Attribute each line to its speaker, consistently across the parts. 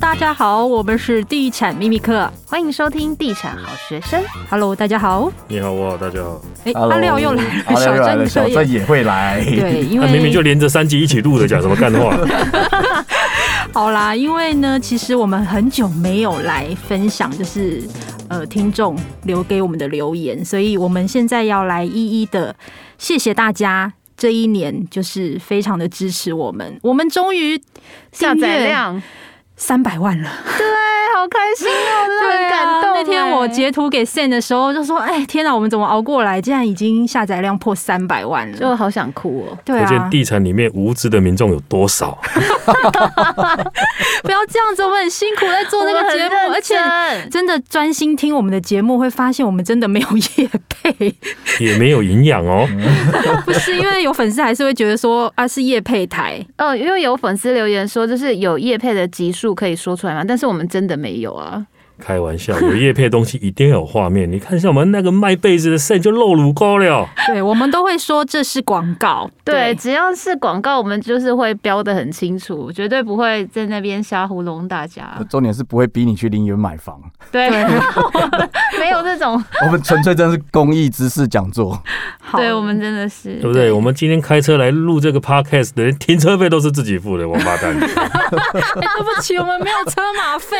Speaker 1: 大家好，我们是地产秘密课。
Speaker 2: 欢迎收听《地产好学生》。
Speaker 1: Hello，大家好。
Speaker 3: 你好，我好，大家好。
Speaker 1: 哎、
Speaker 4: Hello，
Speaker 1: 阿廖又来
Speaker 4: 阿
Speaker 1: 了，
Speaker 4: 廖
Speaker 1: 小
Speaker 4: 又来
Speaker 1: 郑
Speaker 4: 了，小
Speaker 1: 这
Speaker 4: 郑
Speaker 1: 也
Speaker 4: 也会来。
Speaker 1: 对，因
Speaker 3: 那
Speaker 1: 为
Speaker 3: 明明就连着三集一起录的，讲什么干话？
Speaker 1: 好啦，因为呢，其实我们很久没有来分享，就是呃听众留给我们的留言，所以我们现在要来一一的谢谢大家。这一年就是非常的支持我们，我们终于
Speaker 2: 下载量，
Speaker 1: 三百万了。
Speaker 2: 对，哎好开心哦，真的
Speaker 1: 对
Speaker 2: 很
Speaker 1: 啊
Speaker 2: 感动哎。
Speaker 1: 那天我截图给 Sen 的时候，就说：“哎，天哪，我们怎么熬过来？竟然已经下载量破三百万了。
Speaker 2: 就好想哭哦”。
Speaker 1: 对
Speaker 3: 可
Speaker 1: 啊
Speaker 3: 见，地产里面无知的民众有多少？
Speaker 1: 不要这样子，我们很辛苦在做那个节目，而且真的专心听我们的节目，会发现我们真的没有业 配，
Speaker 3: 也没有营养哦。
Speaker 1: 不是因为有粉丝还是会觉得说啊是业配台，
Speaker 2: 哦，因为有粉丝留言说，就是有叶配的集数可以说出来嘛，但是我们真的没有啊。
Speaker 3: 开玩笑，有叶配的东西一定要有画面。你看一下我们那个卖被子的 s 就露乳沟了，
Speaker 1: 对我们都会说这是广告，
Speaker 2: 对，只要是广告，我们就是会标的很清楚，绝对不会在那边瞎糊弄大家。
Speaker 1: 啊
Speaker 4: 重点是不会逼你去林园买房，
Speaker 2: 对， 没有这种，
Speaker 4: 我们纯粹真的是公益知识讲座。
Speaker 1: 好
Speaker 2: 对我们真的是，
Speaker 3: 对不对？我们今天开车来录这个 podcast 的，连停车费都是自己付的，王八蛋！
Speaker 1: 哎 对不起，我们没有车马 费，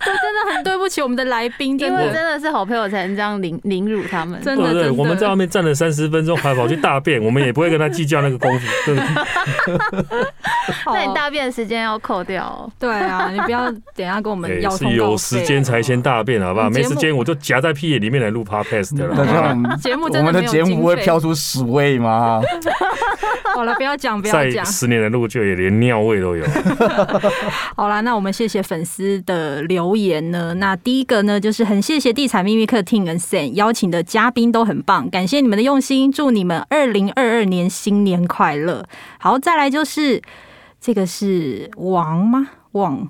Speaker 1: 这真的很对不起我们的来宾，真
Speaker 2: 因为真
Speaker 1: 的。
Speaker 2: 的是好朋友才能这样凌凌辱他 们。
Speaker 1: 真
Speaker 3: 对
Speaker 1: 的，
Speaker 3: 不
Speaker 1: 真
Speaker 3: 对？
Speaker 1: 的
Speaker 3: 我们在外面站了三十分钟，还跑去大便，我们也不会跟他计较那 个功夫。对不对
Speaker 1: 好
Speaker 2: 那你大便的时间要扣掉哦。
Speaker 1: 对啊，你不要等一下跟我们
Speaker 3: 哎
Speaker 1: 要通告
Speaker 3: 是有
Speaker 1: 费啊
Speaker 3: 时间才先大便，好不好？
Speaker 1: 节
Speaker 3: 没
Speaker 1: 目
Speaker 3: 时间我就夹在屁眼里面来录 podcast 了。好
Speaker 4: 但
Speaker 3: 不
Speaker 4: 是
Speaker 3: 好
Speaker 4: 我们
Speaker 1: 啊节目
Speaker 4: 我
Speaker 1: 真的
Speaker 4: 们
Speaker 1: 没
Speaker 4: 的
Speaker 1: 有
Speaker 4: 节目
Speaker 1: 经
Speaker 4: 不会
Speaker 1: 费
Speaker 4: 飘出屎 味吗？
Speaker 1: 好了，不要讲，不要
Speaker 3: 在
Speaker 1: 讲。
Speaker 3: 十年的路就也连尿味都有。
Speaker 1: 好啦，那我们谢谢粉丝的留言呢。那第一个呢，就是很谢谢地产秘密客 Ting 跟 Sen 邀请的嘉宾都很棒，感谢你们的用心，祝你们二零二二年新年快乐。好，再来就是这个是王吗？王。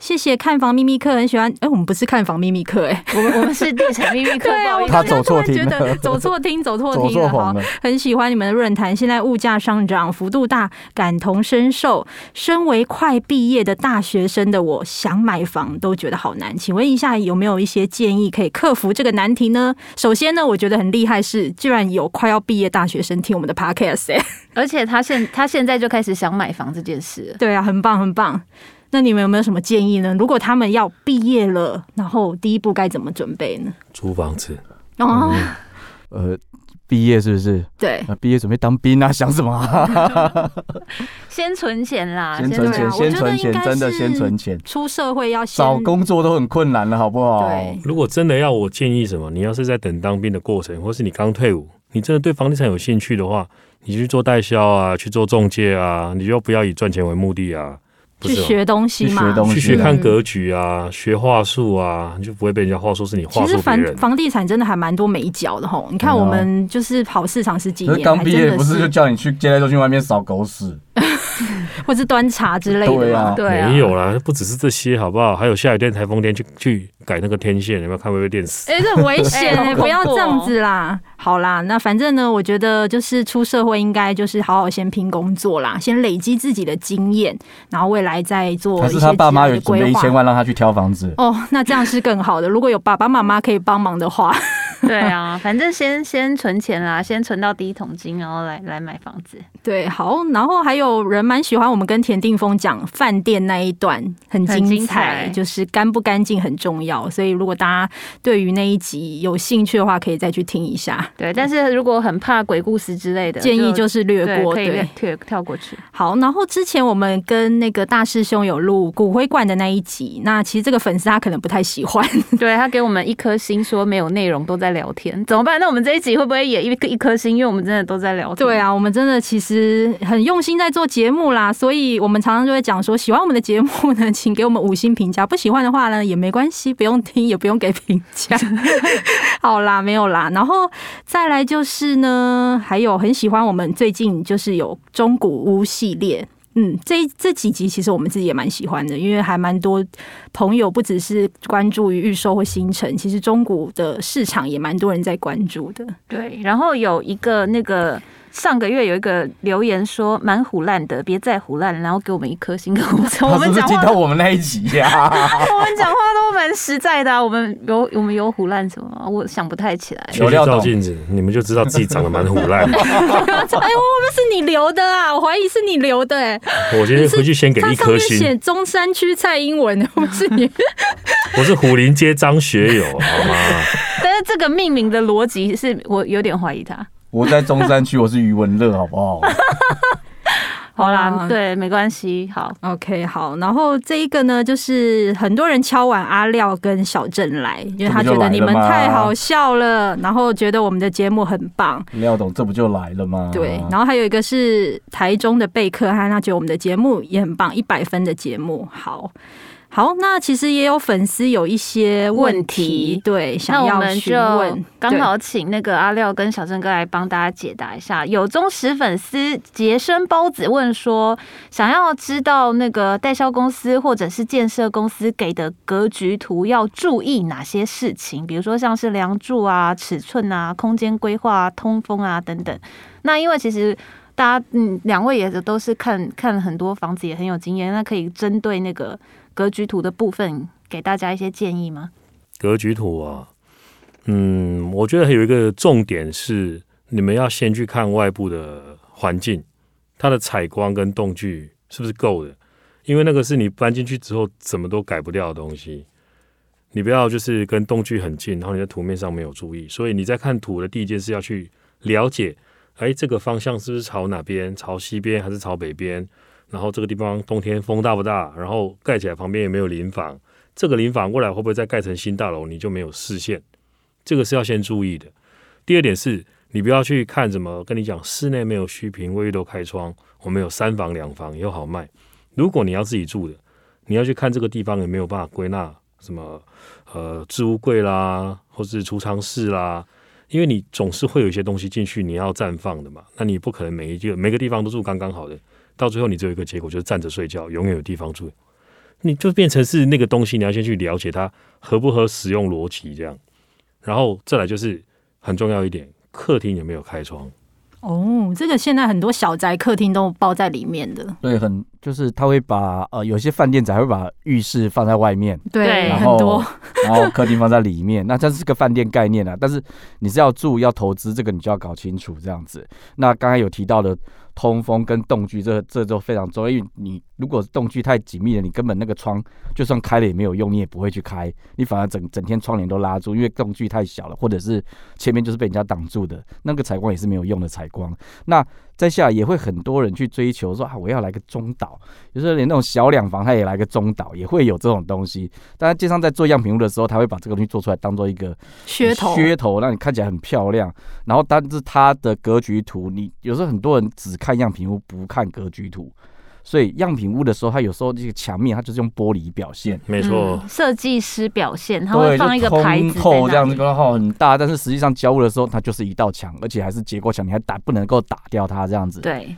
Speaker 1: 谢谢看房秘密客，很喜欢。哎、我们不是看房秘密客、哎，
Speaker 2: 我们我们是地产秘 密课，
Speaker 1: 对
Speaker 2: 不
Speaker 1: 啊，
Speaker 2: 好意
Speaker 1: 我
Speaker 2: 思
Speaker 4: 他走错
Speaker 1: 刚刚突然
Speaker 4: 厅
Speaker 1: 觉
Speaker 4: 了
Speaker 1: 得走错厅，走错
Speaker 4: 走
Speaker 1: 厅了
Speaker 4: 错
Speaker 1: 哈
Speaker 4: 红。了，
Speaker 1: 很喜欢你们的论坛，现在物价上涨幅度大，感同身受。身为快毕业的大学生的我，想买房都觉得好难。请问一下，有没有一些建议可以克服这个难题呢？首先呢，我觉得很厉害是，居然有快要毕业大学生听我们的 podcast，、欸、
Speaker 2: 而且他现他现在就开始想买房这件事了，
Speaker 1: 对啊，很棒很棒。那你们有没有什么建议呢？如果他们要毕业了，然后第一步该怎么准备呢？
Speaker 3: 租房子，
Speaker 1: 哦，
Speaker 4: 呃，毕业是不是？
Speaker 1: 对，
Speaker 4: 那毕业准备当兵啊？ 想什么啊？
Speaker 2: 先存钱啦，
Speaker 4: 先
Speaker 1: 对
Speaker 4: 存
Speaker 1: 啊
Speaker 4: 钱，
Speaker 1: 我觉得
Speaker 4: 先存
Speaker 1: 应
Speaker 4: 钱
Speaker 1: 该，
Speaker 4: 真的先
Speaker 1: 是
Speaker 4: 存钱。
Speaker 1: 出社会要先
Speaker 4: 找工哦作都很困难了，好不好？
Speaker 1: 对
Speaker 3: 如果真的要我建议什么，你要是在等当兵的过程，或是你刚退伍，你真的对房地产有兴趣的话，你去做代销啊，去做中介啊，你就不要以赚钱为目的啊，不
Speaker 1: 去
Speaker 3: 是吗
Speaker 1: 学东西
Speaker 4: 去
Speaker 1: 嘛，
Speaker 4: 学东西啊，
Speaker 3: 去学看格局啊，学话术啊，你就不会被人家话术是你话
Speaker 1: 其实
Speaker 3: 术别
Speaker 1: 房
Speaker 3: 人。
Speaker 1: 房地产真的还蛮多美角的吼，你看
Speaker 4: 对啊
Speaker 1: 我们就是跑市场十几
Speaker 4: 可
Speaker 1: 年，
Speaker 4: 是刚毕业
Speaker 1: 还真
Speaker 4: 不
Speaker 1: 的
Speaker 4: 是就是叫你去接待中心外面扫狗屎？
Speaker 1: 或是端茶之类的
Speaker 4: 对
Speaker 1: 嘛
Speaker 4: 啊，
Speaker 2: 对啊，
Speaker 3: 没有啦，不只是这些，好不好？还有下雨天、台风天去去改那个天线，有没有看会不会电死？
Speaker 1: 哎、这很危险哎、
Speaker 2: 哎
Speaker 4: 哦
Speaker 1: 不要这样子啦。好啦，那反正呢，我觉得就是出社会应该就是好好先拼工作啦，先累积自己的经验，然后未来再做一
Speaker 4: 还
Speaker 1: 些
Speaker 4: 是他爸妈
Speaker 1: 职
Speaker 4: 有
Speaker 1: 业的
Speaker 4: 准备
Speaker 1: 规
Speaker 4: 一
Speaker 1: 划
Speaker 4: 千。万让他去挑房子？
Speaker 1: 哦，那这样是更好的。如果有爸爸妈妈可以帮忙的话，
Speaker 2: 对啊， 反正先先存钱啦，先存到第一桶金，然后来来买房子。
Speaker 1: 对，好。然后还有人蛮喜欢我们跟田定峰讲饭店那一段，很精彩，
Speaker 2: 很精彩
Speaker 1: 就是干不干净很重要。所以如果大家对于那一集有兴趣的话，可以再去听一下。
Speaker 2: 对，但是如果很怕鬼故事之类的，
Speaker 1: 嗯建议就是略
Speaker 2: 对
Speaker 1: 过，
Speaker 2: 可以
Speaker 1: 对
Speaker 2: 略跳跳过去。
Speaker 1: 好，然后之前我们跟那个大师兄有录骨灰罐的那一集，那其实这个粉丝他可能不太喜欢，
Speaker 2: 对他给我们一颗星，说没有内容都在聊天，怎么办？那我们这一集会不会也一一颗星？因为我们真的都在聊天。
Speaker 1: 对，啊，我们真的其实很用心在做节目啦，所以我们常常就会讲说，喜欢我们的节目呢，请给我们五星评价；不喜欢的话呢，也没关系，不用听，也不用给评 价。好啦，没有啦。然后再来就是呢，还有很喜欢我们最近就是有中古屋系列。嗯，这这几集其实我们自己也蛮喜欢的，因为还蛮多朋友不只是关注于预售或新城，其实中古的市场也蛮多人在关注的。
Speaker 2: 对，然后有一个那个上个月有一个留言说蛮虎烂的，别再虎烂，然后给我们一颗星跟 五
Speaker 1: 哦
Speaker 2: 星。我
Speaker 4: 他是
Speaker 2: 们
Speaker 4: 不是
Speaker 2: 讲
Speaker 4: 听
Speaker 2: 话
Speaker 4: 到我们那一集呀、
Speaker 2: 我们讲话都蛮实在的、啊，我们有我们有虎烂什么啊？我想不太起来。
Speaker 3: 去
Speaker 4: 有料
Speaker 3: 照
Speaker 4: 懂
Speaker 3: 镜子，你们就知道自己长得蛮虎烂。
Speaker 1: 哎，我我们是你留的啊，我怀疑是你留的哎、
Speaker 3: 我今天回去先给
Speaker 1: 它
Speaker 3: 一
Speaker 1: 上
Speaker 3: 颗
Speaker 1: 面
Speaker 3: 星
Speaker 1: 写。中山区蔡英文，不是你。
Speaker 3: 我是虎林街张学友，好吗？
Speaker 2: 但是这个命名的逻辑是我有点怀疑他。
Speaker 4: 我在中山区，我是余文乐，好不好？
Speaker 2: 好啦，
Speaker 1: 啊
Speaker 2: 对，没关系，好。
Speaker 1: OK，好，然后这一个呢，就是很多人敲碗阿廖跟小郑来，因为他觉得你们太好笑了，
Speaker 3: 嗯
Speaker 1: 然后觉得我们的节目很棒，
Speaker 4: 廖董，这不就来了
Speaker 3: 嗯
Speaker 4: 吗？
Speaker 1: 对。然后还有一个是台中的贝克汉，他觉得我们的节目也很棒，一百分的节目，好。好，那其实也有粉丝有一些问题，
Speaker 2: 问题
Speaker 1: 对，
Speaker 2: 那
Speaker 1: 想
Speaker 2: 我
Speaker 1: 要
Speaker 2: 们
Speaker 1: 询
Speaker 2: 就
Speaker 1: 问，
Speaker 2: 刚
Speaker 1: 对
Speaker 2: 好请那个阿廖跟小郑哥来帮大家解答一下。有忠实粉丝杰生包子问说，想要知道那个代销公司或者是建设公司给的格局图要注意哪些事情，比如说像是梁柱啊、尺寸啊、空间规划、啊、通风啊等等。那因为其实。大家嗯，两位也都是看看了很多房子，也很有经验。那可以针对那个格局图的部分，给大家一些建议吗？
Speaker 3: 格局图啊，嗯，我觉得有一个重点是，你们要先去看外部的环境，它的采光跟动距是不是够的，因为那个是你搬进去之后怎么都改不掉的东西。你不要就是跟动距很近，然后你在图面上没有注意，所以你在看图的第一件事要去了解，哎，这个方向是不是朝哪边？朝西边还是朝北边？然后这个地方冬天风大不大？然后盖起来旁边有没有林房？这个林房未来会不会再盖成新大楼，你就没有视线，这个是要先注意的。第二点是，你不要去看什么，跟你讲室内没有虚平，卫浴都开窗，我们有三房两房又好卖。如果你要自己住的，你要去看这个地方有没有办法归纳什么呃置物柜啦，或是储藏室啦，因为你总是会有一些东西进去你要绽放的嘛，那你不可能每一个每个地方都住刚刚好的，到最后你只有一个结果就是站着睡觉，永远有地方住。你就变成是那个东西，你要先去了解它合不合使用逻辑这样，然后再来就是很重要一点，客厅有没有开窗？
Speaker 1: 哦，这个现在很多小宅客厅都包在里面的，
Speaker 4: 对，很就是他会把呃，有些饭店仔会把浴室放在外面，
Speaker 2: 对
Speaker 1: 很
Speaker 4: 然后
Speaker 1: 多，
Speaker 4: 然后客厅放在里面，那这是个饭店概念啊。但是你是要住要投资，这个你就要搞清楚这样子。那刚才有提到的通风跟动距，这这都非常重要，因为你如果动距太紧密了，你根本那个窗就算开了也没有用，你也不会去开，你反而整整天窗帘都拉住，因为动距太小了，或者是前面就是被人家挡住的，那个采光也是没有用的采光。那再下来也会很多人去追求说啊，我要来个中岛，有时候连那种小两房他也来个中岛，也会有这种东西。当然，街上在做样品屋的时候，他会把这个东西做出来，当做一个
Speaker 1: 噱头，
Speaker 4: 噱头让你看起来很漂亮。然后，但是它的格局图，你有时候很多人只看样品屋，不看格局图。所以样品屋的时候，它有时候这个墙面它就是用玻璃表现，
Speaker 3: 没错，
Speaker 2: 嗯设计师表现，他会
Speaker 4: 哦对，
Speaker 2: 放一个
Speaker 4: 就
Speaker 2: 牌
Speaker 4: 通
Speaker 2: 子在那
Speaker 4: 透
Speaker 2: 里
Speaker 4: 这样子，刚好很大。但是实际上交屋的时候，它就是一道墙，而且还是结构墙，你还打不能够打掉它这样子。
Speaker 2: 对，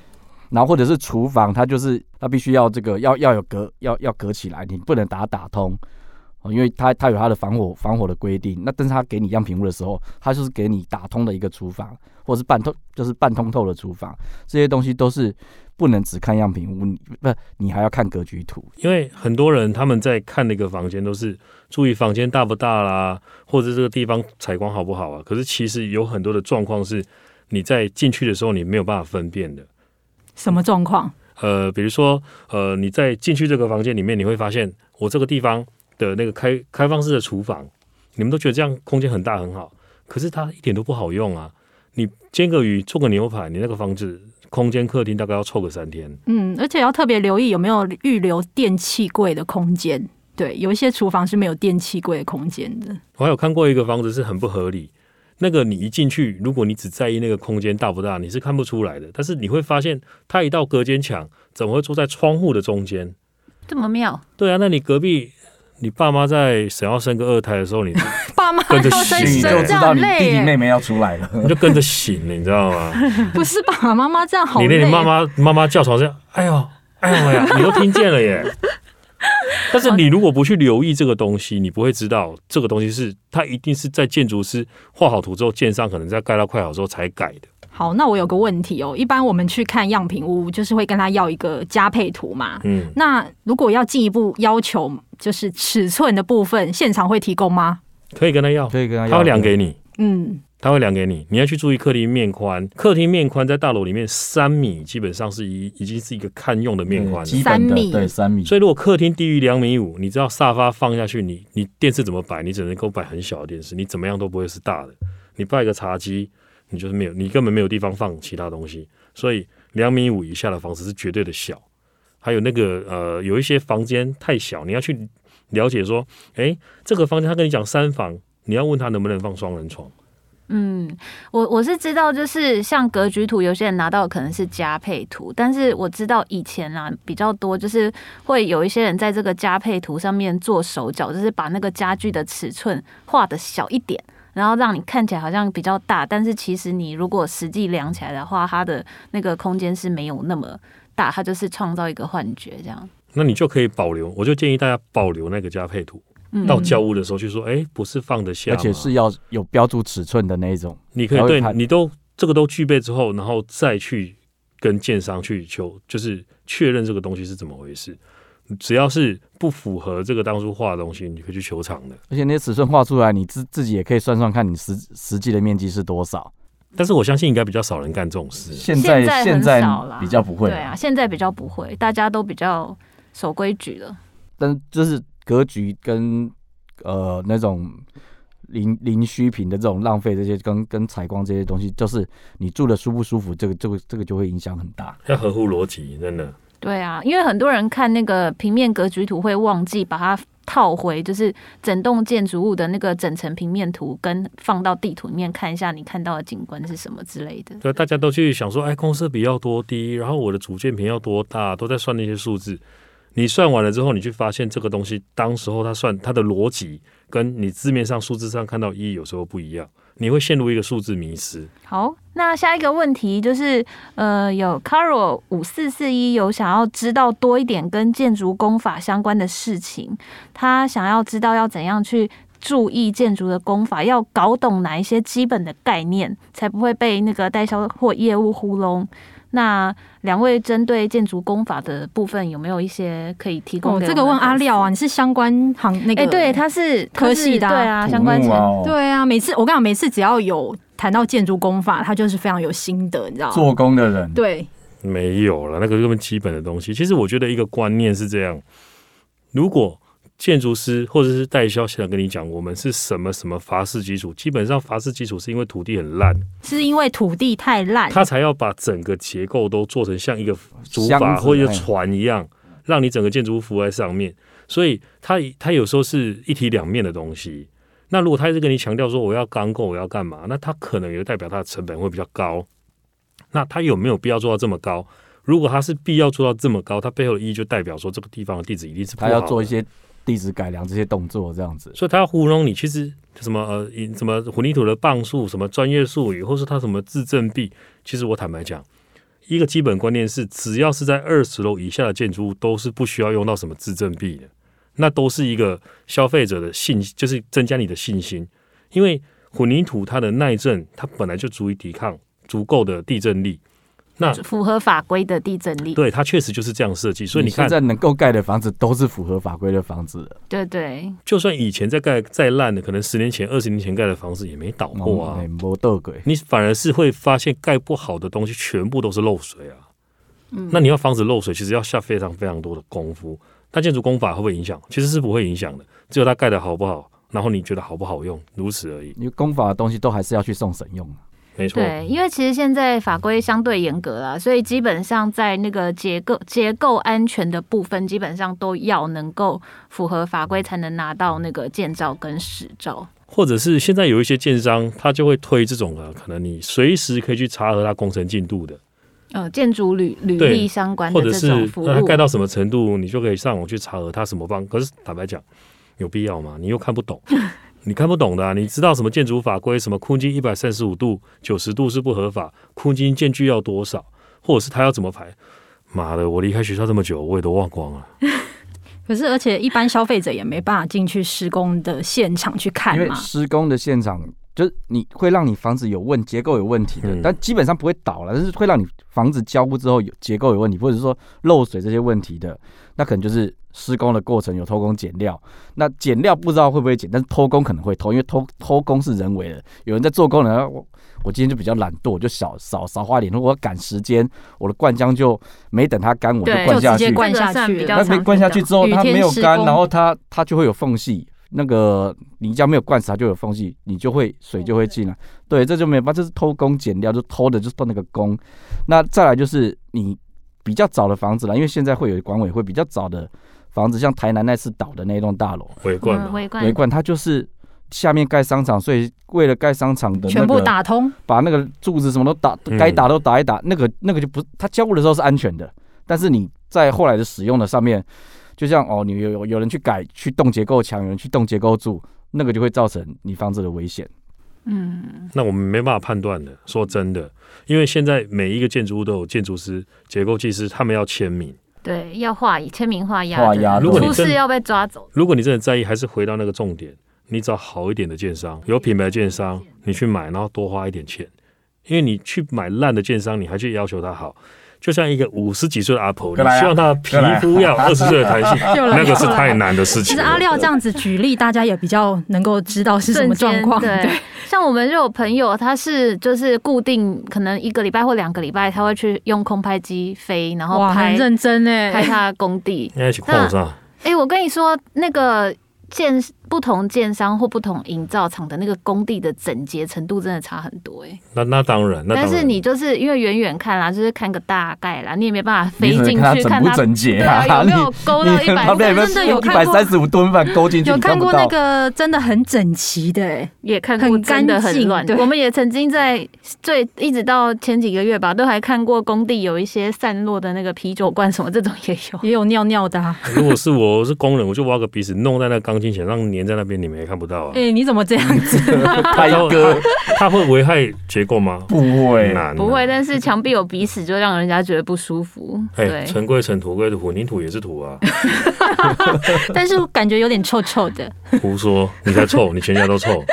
Speaker 4: 然后或者是厨房，它就是它必须要这个要要有隔要要隔起来，你不能打打通，哦，因为它它有它的防火防火的规定。那但是它给你样品屋的时候，它就是给你打通的一个厨房，或者是半通就是半通透的厨房，这些东西都是不能只看样品屋，你不你还要看格局图。
Speaker 3: 因为很多人他们在看那个房间都是注意房间大不大啦，或者这个地方采光好不好啊。可是其实有很多的状况是你在进去的时候你没有办法分辨的。
Speaker 1: 什么状况？
Speaker 3: 呃，比如说，呃，你在进去这个房间里面，你会发现我这个地方的那个开开放式的厨房，你们都觉得这样空间很大很好，可是它一点都不好用啊！你煎个鱼，做个牛排，你那个房子空间客厅大概要凑个三天。
Speaker 1: 嗯，而且要特别留意有没有预留电器柜的空间。对，有一些厨房是没有电器柜的空间的。
Speaker 3: 我还有看过一个房子是很不合理，那个你一进去，如果你只在意那个空间大不大，你是看不出来的。但是你会发现，它一道隔间墙怎么会坐在窗户的中间？
Speaker 2: 这么妙，
Speaker 3: 对啊，那你隔壁你爸妈在想要生个二胎的时候，你
Speaker 1: 爸妈
Speaker 3: 跟着
Speaker 1: 要在
Speaker 3: 学
Speaker 4: 你
Speaker 3: 你
Speaker 1: 生
Speaker 4: 就
Speaker 3: 就
Speaker 4: 知
Speaker 1: 这
Speaker 4: 道
Speaker 1: 样
Speaker 4: 你弟
Speaker 1: 累
Speaker 4: 弟
Speaker 1: 耶，
Speaker 4: 妹妹要出来了，
Speaker 3: 你就跟着醒了，你知 道吗？
Speaker 1: 不是爸爸妈妈这样好
Speaker 3: 你
Speaker 1: 累。
Speaker 3: 那你妈妈妈妈叫床上，哎呦哎呦哎呀，你都听见 了耶。但是你如果不去留意这个东西，你不会知道这个东西是它一定是在建筑师画好图之后，建商可能在盖到快好之后才改的。
Speaker 1: 好，那我有个问题哦，一般我们去看样品屋，就是会跟他要一个加配图嘛。
Speaker 3: 嗯，
Speaker 1: 那如果要进一步要求，就是尺寸的部分，现场会提供吗？
Speaker 3: 可以跟他要，
Speaker 4: 可以跟他
Speaker 3: 他
Speaker 4: 要
Speaker 3: 会量给你，
Speaker 1: 嗯，
Speaker 3: 他会量给你，你要去注意客厅面宽，客厅面宽在大楼里面三米，基本上是一已经是一个堪用的面宽了。
Speaker 4: 对基本
Speaker 1: 三
Speaker 4: 的
Speaker 1: 米
Speaker 4: 对三米，
Speaker 3: 所以如果客厅低于两米五，你知道沙发放下去，你你电视怎么摆？你只能够摆很小的电视，你怎么样都不会是大的。你摆个茶几，你就是没有，你根本没有地方放其他东西。所以两米五以下的房子是绝对的小。还有那个呃，有一些房间太小，你要去了解说，诶，这个房间他跟你讲三房，你要问他能不能放双人床。
Speaker 2: 嗯，我我是知道，就是像格局图，有些人拿到可能是加配图，但是我知道以前啊比较多，就是会有一些人在这个加配图上面做手脚，就是把那个家具的尺寸画的小一点，然后让你看起来好像比较大，但是其实你如果实际量起来的话，它的那个空间是没有那么大，它就是创造一个幻觉这样。
Speaker 3: 那你就可以保留，我就建议大家保留那个加配图，
Speaker 2: 嗯
Speaker 3: 到交屋的时候去说，诶，不是放得下
Speaker 4: 而
Speaker 3: 吗，
Speaker 4: 且是要有标注尺寸的那一种。
Speaker 3: 你可以
Speaker 4: 还会
Speaker 3: 对
Speaker 4: 看
Speaker 3: 你都这个都具备之后，然后再去跟建商去求，就是确认这个东西是怎么回事。只要是不符合这个当初画的东西，你可以去求偿的。
Speaker 4: 而且那些尺寸画出来，你自自己也可以算算看你实实际的面积是多少。
Speaker 3: 但是我相信应该比较少人干这种事。啊
Speaker 4: 现
Speaker 2: 在
Speaker 4: 在现
Speaker 2: 现在很
Speaker 4: 在
Speaker 2: 少啦
Speaker 4: 比较不会，
Speaker 2: 对啊，现在比较不会，大家都比较守规矩了。
Speaker 4: 但是就是格局跟呃那种零零虚品的这种浪费这些跟跟采光这些东西，就是你住的舒不舒服，这个这个这个就会影响很大。
Speaker 3: 要合乎逻辑，真的。
Speaker 2: 对啊，因为很多人看那个平面格局图会忘记把它套回，就是整栋建筑物的那个整层平面图，跟放到地图里面看一下你看到的景观是什么之类的。
Speaker 3: 对，大家都去想说，哎，公司比要多低，然后我的主建平要多大，都在算那些数字。你算完了之后，你去发现这个东西，当时候它算它的逻辑跟你字面上数字上看到一有时候不一样，你会陷入一个数字迷失。
Speaker 2: 好，那下一个问题就是，呃，有 Caro 五四四一有想要知道多一点跟建筑工法相关的事情，他想要知道要怎样去注意建筑的工法，要搞懂哪一些基本的概念，才不会被那个代销或业务糊弄。那两位针对建筑工法的部分，有没有一些可以提供
Speaker 1: 哦，
Speaker 2: 给
Speaker 1: 这个
Speaker 2: 我们
Speaker 1: 问
Speaker 2: 的
Speaker 1: 阿
Speaker 2: 粉丝
Speaker 1: 廖啊，，你是相关行那
Speaker 2: 哎、
Speaker 1: 个？
Speaker 2: 对，他是他
Speaker 1: 科
Speaker 2: 是
Speaker 1: 系的啊
Speaker 2: 对啊，相关
Speaker 4: 土
Speaker 2: 性
Speaker 4: 木。哦
Speaker 1: 对啊，每次我跟你讲，每次只要有谈到建筑工法，他就是非常有心得，你知
Speaker 2: 啊
Speaker 1: 道吗？
Speaker 4: 做工的人，
Speaker 1: 对，
Speaker 3: 没有了，那个根本基本的东西。其实我觉得一个观念是这样：如果建筑师或者是代销现在跟你讲，我们是什么什么法式基础，基本上法式基础是因为土地很烂，
Speaker 1: 是因为土地太烂，
Speaker 3: 他才要把整个结构都做成像一个竹
Speaker 4: 箱
Speaker 3: 筏
Speaker 4: 子
Speaker 3: 或一个
Speaker 4: 哎
Speaker 3: 船一样，让你整个建筑物浮在上面。所以它它有时候是一体两面的东西。那如果他一直跟你强调说我要钢构，我要干嘛，那他可能也代表它的成本会比较高。那他有没有必要做到这么高？如果他是必要做到这么高，它背后的意义就代表说这个地方的地址一定是不好
Speaker 4: 他
Speaker 3: 的
Speaker 4: 要做一些地质改良这些动作，这样子。
Speaker 3: 所以他要糊弄你，其实什么呃引什么混凝土的磅数，什么专业术语，或是他什么自证币，其实我坦白讲，一个基本观念是，只要是在二十楼以下的建筑物，都是不需要用到什么自证币的，那都是一个消费者的信，就是增加你的信心，因为混凝土它的耐震，它本来就足以抵抗足够的地震力，那
Speaker 2: 符合法规的地震力，
Speaker 3: 对它确实就是这样设计，所以你看
Speaker 4: 现在能够盖的房子都是符合法规的房子了，
Speaker 2: 对对，
Speaker 3: 就算以前在盖再烂的，可能十年前、二十年前盖的房子也没倒过啊，
Speaker 4: 摩斗鬼。
Speaker 3: 你反而是会发现盖不好的东西全部都是漏水啊。那你要防止漏水，其实要下非常非常多的功夫。那建筑工法会不会影响？其实是不会影响的，只有它盖的好不好，然后你觉得好不好用，如此而已。
Speaker 4: 因为工法的东西都还是要去送审用，
Speaker 3: 没错，
Speaker 2: 对，因为其实现在法规相对严格啦，所以基本上在那个结构结构安全的部分，基本上都要能够符合法规，才能拿到那个建造跟实照。
Speaker 3: 或者是现在有一些建商，他就会推这种啊，可能你随时可以去查核它工程进度的，
Speaker 2: 呃，建筑履履
Speaker 3: 对
Speaker 2: 历相关
Speaker 3: 或
Speaker 2: 的
Speaker 3: 者
Speaker 2: 这
Speaker 3: 是
Speaker 2: 种服
Speaker 3: 那
Speaker 4: 呃
Speaker 3: 它
Speaker 2: 务
Speaker 3: 盖，到什么程度，你就可以上网去查核它什么方。可是坦白讲，有必要吗？你又看不 懂，你看不懂的、啊，你知道什么建筑法规，什么空间一百三十五度、九十度是不合法，空间间距要多少，或者是它要怎么排？妈的，我离开学校这么久，我也都忘光了。
Speaker 1: 可是而且一般消费者也没办法进去施工的现场去看
Speaker 4: 因为
Speaker 1: 嘛。
Speaker 4: 施工的现场就是你会让你房子有问结构有问题的，
Speaker 3: 嗯
Speaker 4: 但基本上不会倒了，但是会让你房子交屋之后有结构有问题，或者是说漏水这些问题的，那可能就是施工的过程有偷工减料。那减料不知道会不会减，但是偷工可能会偷，因为偷 偷工是人为的，有人在做工呢，我我今天就比较懒惰，我就少少少花点，如果我赶时间，我的灌浆就没等它干，我就
Speaker 2: 对
Speaker 4: 灌
Speaker 1: 就
Speaker 4: 下
Speaker 1: 直接
Speaker 4: 去，
Speaker 1: 灌下
Speaker 2: 这个算
Speaker 1: 去
Speaker 2: 比较
Speaker 1: 了
Speaker 4: 那没灌下去之后，
Speaker 1: 雨
Speaker 4: 它
Speaker 1: 天
Speaker 4: 没有
Speaker 1: 施
Speaker 4: 干，
Speaker 1: 工
Speaker 4: 然后它它就会有缝隙，那个泥浆没有灌死，它就有缝隙，你就会水就会进来。对，这就没有办法，这是偷工减料，就偷的就是偷那个工。那再来就是你比较早的房子了，因为现在会有管委会比较早的房子，像台南那次倒的那一栋大楼，
Speaker 3: 围观
Speaker 2: 嗯
Speaker 3: 嘛，
Speaker 2: 围观
Speaker 4: 维冠它就是。下面盖商场，所以为了盖商场的、那个、
Speaker 1: 全部打通，
Speaker 4: 把那个柱子什么都打
Speaker 3: 嗯，
Speaker 4: 该打都打一打，那个那个就不，它交互的时候是安全的，但是你在后来的使用的上面，就像哦，你有有有人去改去动结构墙，有人去动结构柱，那个就会造成你房子的危险。
Speaker 2: 嗯，
Speaker 3: 那我们没办法判断的。说真的，因为现在每一个建筑物都有建筑师、结构技师，他们要签名。
Speaker 2: 对，要画签名画押，
Speaker 4: 画押
Speaker 3: 如果你
Speaker 2: 出
Speaker 3: 真
Speaker 2: 事要被抓走，
Speaker 3: 如果你真的在意，还是回到那个重点，你找好一点的建商，有品牌的建商，你去买，然后多花一点钱，因为你去买烂的建商，你还去要求他好。就像一个五十几岁的阿婆，你
Speaker 4: 来啊
Speaker 3: 希望她皮肤要二十岁的弹 性，
Speaker 1: 又来
Speaker 3: 那个是
Speaker 1: 又来
Speaker 3: 太难的事
Speaker 1: 其
Speaker 3: 情
Speaker 1: 实
Speaker 3: 了。
Speaker 1: 阿廖这样子举例，大家也比较能够知道是什么状况。
Speaker 2: 瞬间对，像我们就有朋友，他是就是固定可能一个礼拜或两个礼拜，他会去用空拍机飞，然后
Speaker 1: 哇，很
Speaker 2: 拍
Speaker 1: 认真
Speaker 2: 拍
Speaker 1: 哎，
Speaker 2: 他的工地。
Speaker 3: 应该去矿上，
Speaker 2: 哎、我跟你说，那个建不同建商或不同营造厂的那个工地的整洁程度真的差很多哎、
Speaker 3: 那那当然，那当
Speaker 2: 但
Speaker 3: 然。
Speaker 2: 是你就是因为远远看啦，就是看个大概啦，你也没办法飞
Speaker 4: 你只能
Speaker 2: 进
Speaker 4: 看
Speaker 2: 去
Speaker 4: 它
Speaker 2: 看
Speaker 4: 整不
Speaker 2: 它
Speaker 4: 整洁
Speaker 2: 对
Speaker 4: 啊？
Speaker 2: 啊，有没有
Speaker 4: 你
Speaker 2: 勾到
Speaker 4: 你
Speaker 2: 一百
Speaker 4: 旁边有没
Speaker 2: 分？
Speaker 1: 真的有
Speaker 4: 有一
Speaker 1: 看过
Speaker 4: 百三十五吨饭勾进去？
Speaker 1: 有
Speaker 4: 你
Speaker 1: 看
Speaker 4: 不
Speaker 1: 过
Speaker 4: 到
Speaker 1: 那个真的很整齐的 哎，
Speaker 2: 也看过
Speaker 1: 很
Speaker 2: 真的
Speaker 1: 干
Speaker 2: 很
Speaker 1: 净
Speaker 2: 乱。
Speaker 1: 对
Speaker 2: 我们也曾经在最一直到前几个月吧，都还看过工地有一些散落的那个啤酒罐什么这种也有。
Speaker 1: 也有尿尿的 啊。
Speaker 3: 如果是我，我是工人，我就挖个鼻屎弄在那钢筋前，让粘在那边，你们也看不到 啊。
Speaker 1: 哎，你怎么这样子？
Speaker 4: 拍 割
Speaker 3: 它会危害结构吗？
Speaker 4: 不会，
Speaker 3: 难啊
Speaker 2: 不会，。但是墙壁有鼻屎，就让人家觉得不舒服。
Speaker 3: 哎，
Speaker 2: 对，
Speaker 3: 尘归尘，土归土，泥土也是土啊。
Speaker 1: 但是我感觉有点臭臭的。
Speaker 3: 胡说，你才臭，你全家都臭。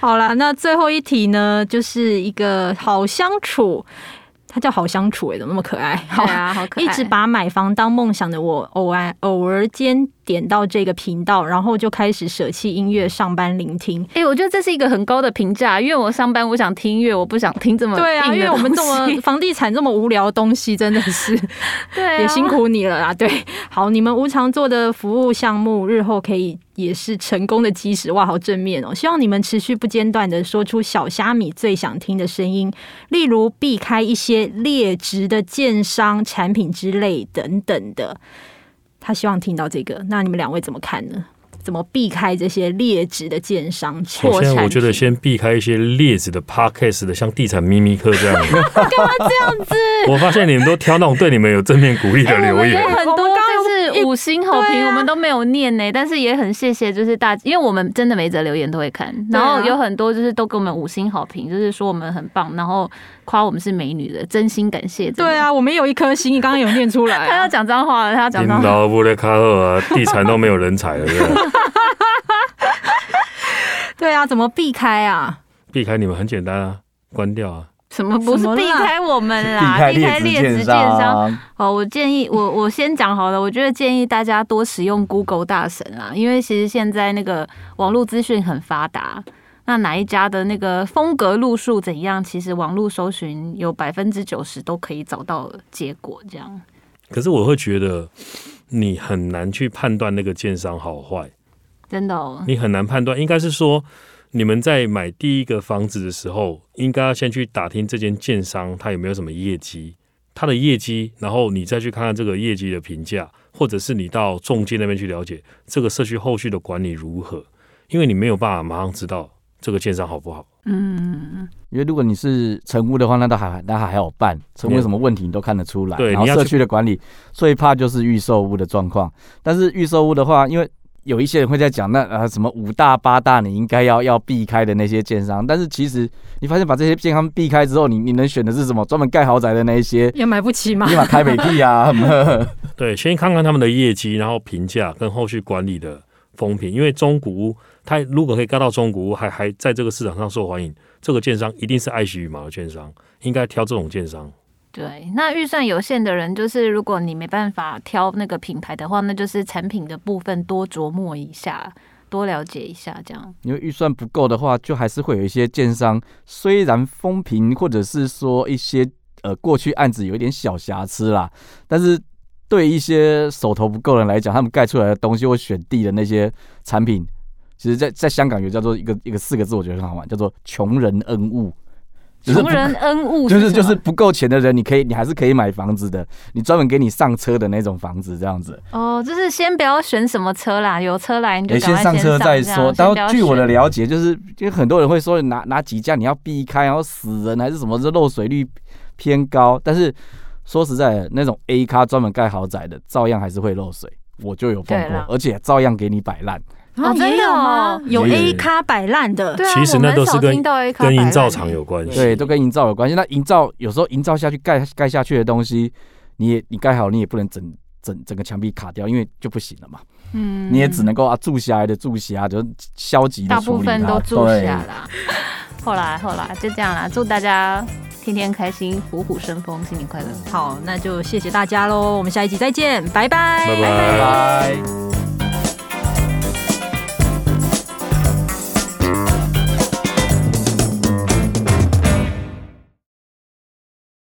Speaker 1: 好啦，那最后一题呢，就是一个好相处，它叫好相处哎、怎么那么可爱？好
Speaker 2: 对啊，好可爱。
Speaker 1: 一直把买房当梦想的我，偶然偶尔间点到这个频道，然后就开始舍弃音乐，上班聆听。
Speaker 2: 哎、我觉得这是一个很高的评价，因为我上班我想听音乐，我不想听这么
Speaker 1: 对啊，
Speaker 2: 硬
Speaker 1: 因
Speaker 2: 的
Speaker 1: 为我们这
Speaker 2: 东西
Speaker 1: 么 房地产这么无聊的东西，真的是
Speaker 2: 对、 啊、
Speaker 1: 也辛。苦你了啦。对，好，你们无偿做的服务项目，日后可以也是成功的基石。哇，好正面哦！希望你们持续不间断的说出小虾米最想听的声音，例如避开一些劣质的建商产品之类等等的。他希望听到这个，那你们两位怎么看呢？怎么避开这些劣质的建商
Speaker 3: 我
Speaker 1: 破产
Speaker 3: 哦现在
Speaker 1: 品？
Speaker 3: 我觉得先避开一些劣质的 podcast 的，像地产秘密课这样。干嘛这样 子？我发现你们都挑那种对你们有正面鼓励的留言。
Speaker 2: 很
Speaker 1: 哎我
Speaker 2: 多
Speaker 1: 们刚
Speaker 2: 但是五星好
Speaker 1: 对
Speaker 2: 评，
Speaker 1: 啊
Speaker 2: 我们都没有念呢、但是也很谢谢，就是大，因为我们真的每则留言都会看，然
Speaker 1: 啊
Speaker 2: 后有很多就是都给我们五星好评，就是说我们很棒，然后夸我们是美女的，真心感谢。真的
Speaker 1: 对，啊，我们有一颗心，你刚刚有念出来啊、
Speaker 2: 他 要讲脏话了，他要讲
Speaker 3: 领
Speaker 2: 脏话。
Speaker 3: 导布列卡赫啊，地产都没有人才了，是 不是
Speaker 1: 对啊，怎么避开啊？
Speaker 3: 避开你们很简单啊，关掉啊。
Speaker 2: 什么不
Speaker 1: 什
Speaker 2: 是
Speaker 1: 么啦
Speaker 2: 避开我们啦？啊 避
Speaker 4: 避
Speaker 2: 开
Speaker 4: 开
Speaker 2: 劣
Speaker 4: 劣
Speaker 2: 质
Speaker 4: 质建
Speaker 2: 建商。
Speaker 4: 商，
Speaker 2: 哦，我建议我我先讲好了，我觉得建议大家多使用 Google 大神啊，因为其实现在那个网络资讯很发达。那哪一家的那个风格路数怎样？其实网络搜寻有百分之九十都可以找到结果，这样。
Speaker 3: 可是我会觉得你很难去判断那个建商好坏，
Speaker 2: 真的、 哦，
Speaker 3: 你很难判断。应该是说，你们在买第一个房子的时候，应该要先去打听这间建商它有没有什么业绩，它的业绩，然后你再去看看这个业绩的评价，或者是你到中介那边去了解这个社区后续的管理如何，因为你没有办法马上知道这个建商好不好。
Speaker 2: 嗯，
Speaker 4: 因为如果你是成屋的话，那倒还那还好办，成屋有什么问题你都看得出来。
Speaker 3: 对
Speaker 4: 然后
Speaker 3: 你要
Speaker 4: 社
Speaker 3: 去
Speaker 4: 区的管理最怕就是预售屋的状况，但是预售屋的话，因为有一些人会在讲那呃什么五大八大你应该要要避开的那些建商，但是其实你发现把这些建商避开之后，你你能选的是什么？专门盖豪宅的那 一些，
Speaker 1: 也买不起嘛
Speaker 4: 立。马开北地啊，
Speaker 3: 对，先看看他们的业绩，然后评价跟后续管理的风评，因为中古屋它如果可以盖到中古屋，还还在这个市场上受欢迎，这个建商一定是爱惜羽毛的建商，应该挑这种建商。
Speaker 2: 对，那预算有限的人，就是如果你没办法挑那个品牌的话，那就是产品的部分多琢磨一下，多了解一下，这样。
Speaker 4: 因为预算不够的话，就还是会有一些建商，虽然风评或者是说一些呃过去案子有一点小瑕疵啦，但是对一些手头不够的人来讲，他们盖出来的东西或选地的那些产品，其实在在香港有叫做一个一个四个字，我觉得很好玩，叫做“穷人恩物”，就是
Speaker 2: 穷
Speaker 4: 不
Speaker 2: 人恩物
Speaker 4: 就是
Speaker 2: 什
Speaker 4: 就是
Speaker 2: 么
Speaker 4: 不够钱的人，你可以你还是可以买房子的，你专门给你上车的那种房子这样子。
Speaker 2: 哦，就是先不要选什么车啦，有车来你就
Speaker 4: 诶，
Speaker 2: 赶
Speaker 4: 先
Speaker 2: 快
Speaker 4: 上车再
Speaker 2: 这样
Speaker 4: 说。
Speaker 2: 先
Speaker 4: 但
Speaker 2: 不要
Speaker 4: 据我的
Speaker 2: 选
Speaker 4: 了解，就是因为很多人会说拿拿几架你要避开，然后死人还是什么，这漏水率偏高。但是说实在的，那种 A 咖专门盖豪宅的，照样还是会漏水。我就有碰
Speaker 2: 对
Speaker 4: 过
Speaker 2: 啦，
Speaker 4: 而且照样给你摆烂。
Speaker 2: 哦真的
Speaker 1: 也有吗
Speaker 2: 哦？
Speaker 1: 有
Speaker 3: 也有
Speaker 1: A 咖摆烂的，
Speaker 2: 对啊，
Speaker 3: 其实
Speaker 2: 我
Speaker 3: 那
Speaker 2: 蛮
Speaker 3: 都是
Speaker 2: 少
Speaker 3: 跟
Speaker 2: 听到 A 咖
Speaker 3: 跟
Speaker 2: 摆
Speaker 3: 营造
Speaker 2: 烂
Speaker 3: 厂
Speaker 2: 欸
Speaker 3: 有关系。
Speaker 4: 对，都跟营造有关系。那营造有时候营造下去盖盖下去的东西，你也你盖好，你也不能整整整个墙壁卡掉，因为就不行了嘛。
Speaker 2: 嗯
Speaker 4: 你也只能够啊住瑕的住瑕，就是消极的
Speaker 2: 大
Speaker 4: 处
Speaker 2: 部
Speaker 4: 理它。
Speaker 2: 分都住
Speaker 4: 对
Speaker 2: 下啦。 后来后来就这样啦，祝大家天天开心，虎虎生风，新年快乐。
Speaker 1: 好，那就谢谢大家喽，我们下一集再见，拜拜，
Speaker 3: 拜拜
Speaker 4: 拜。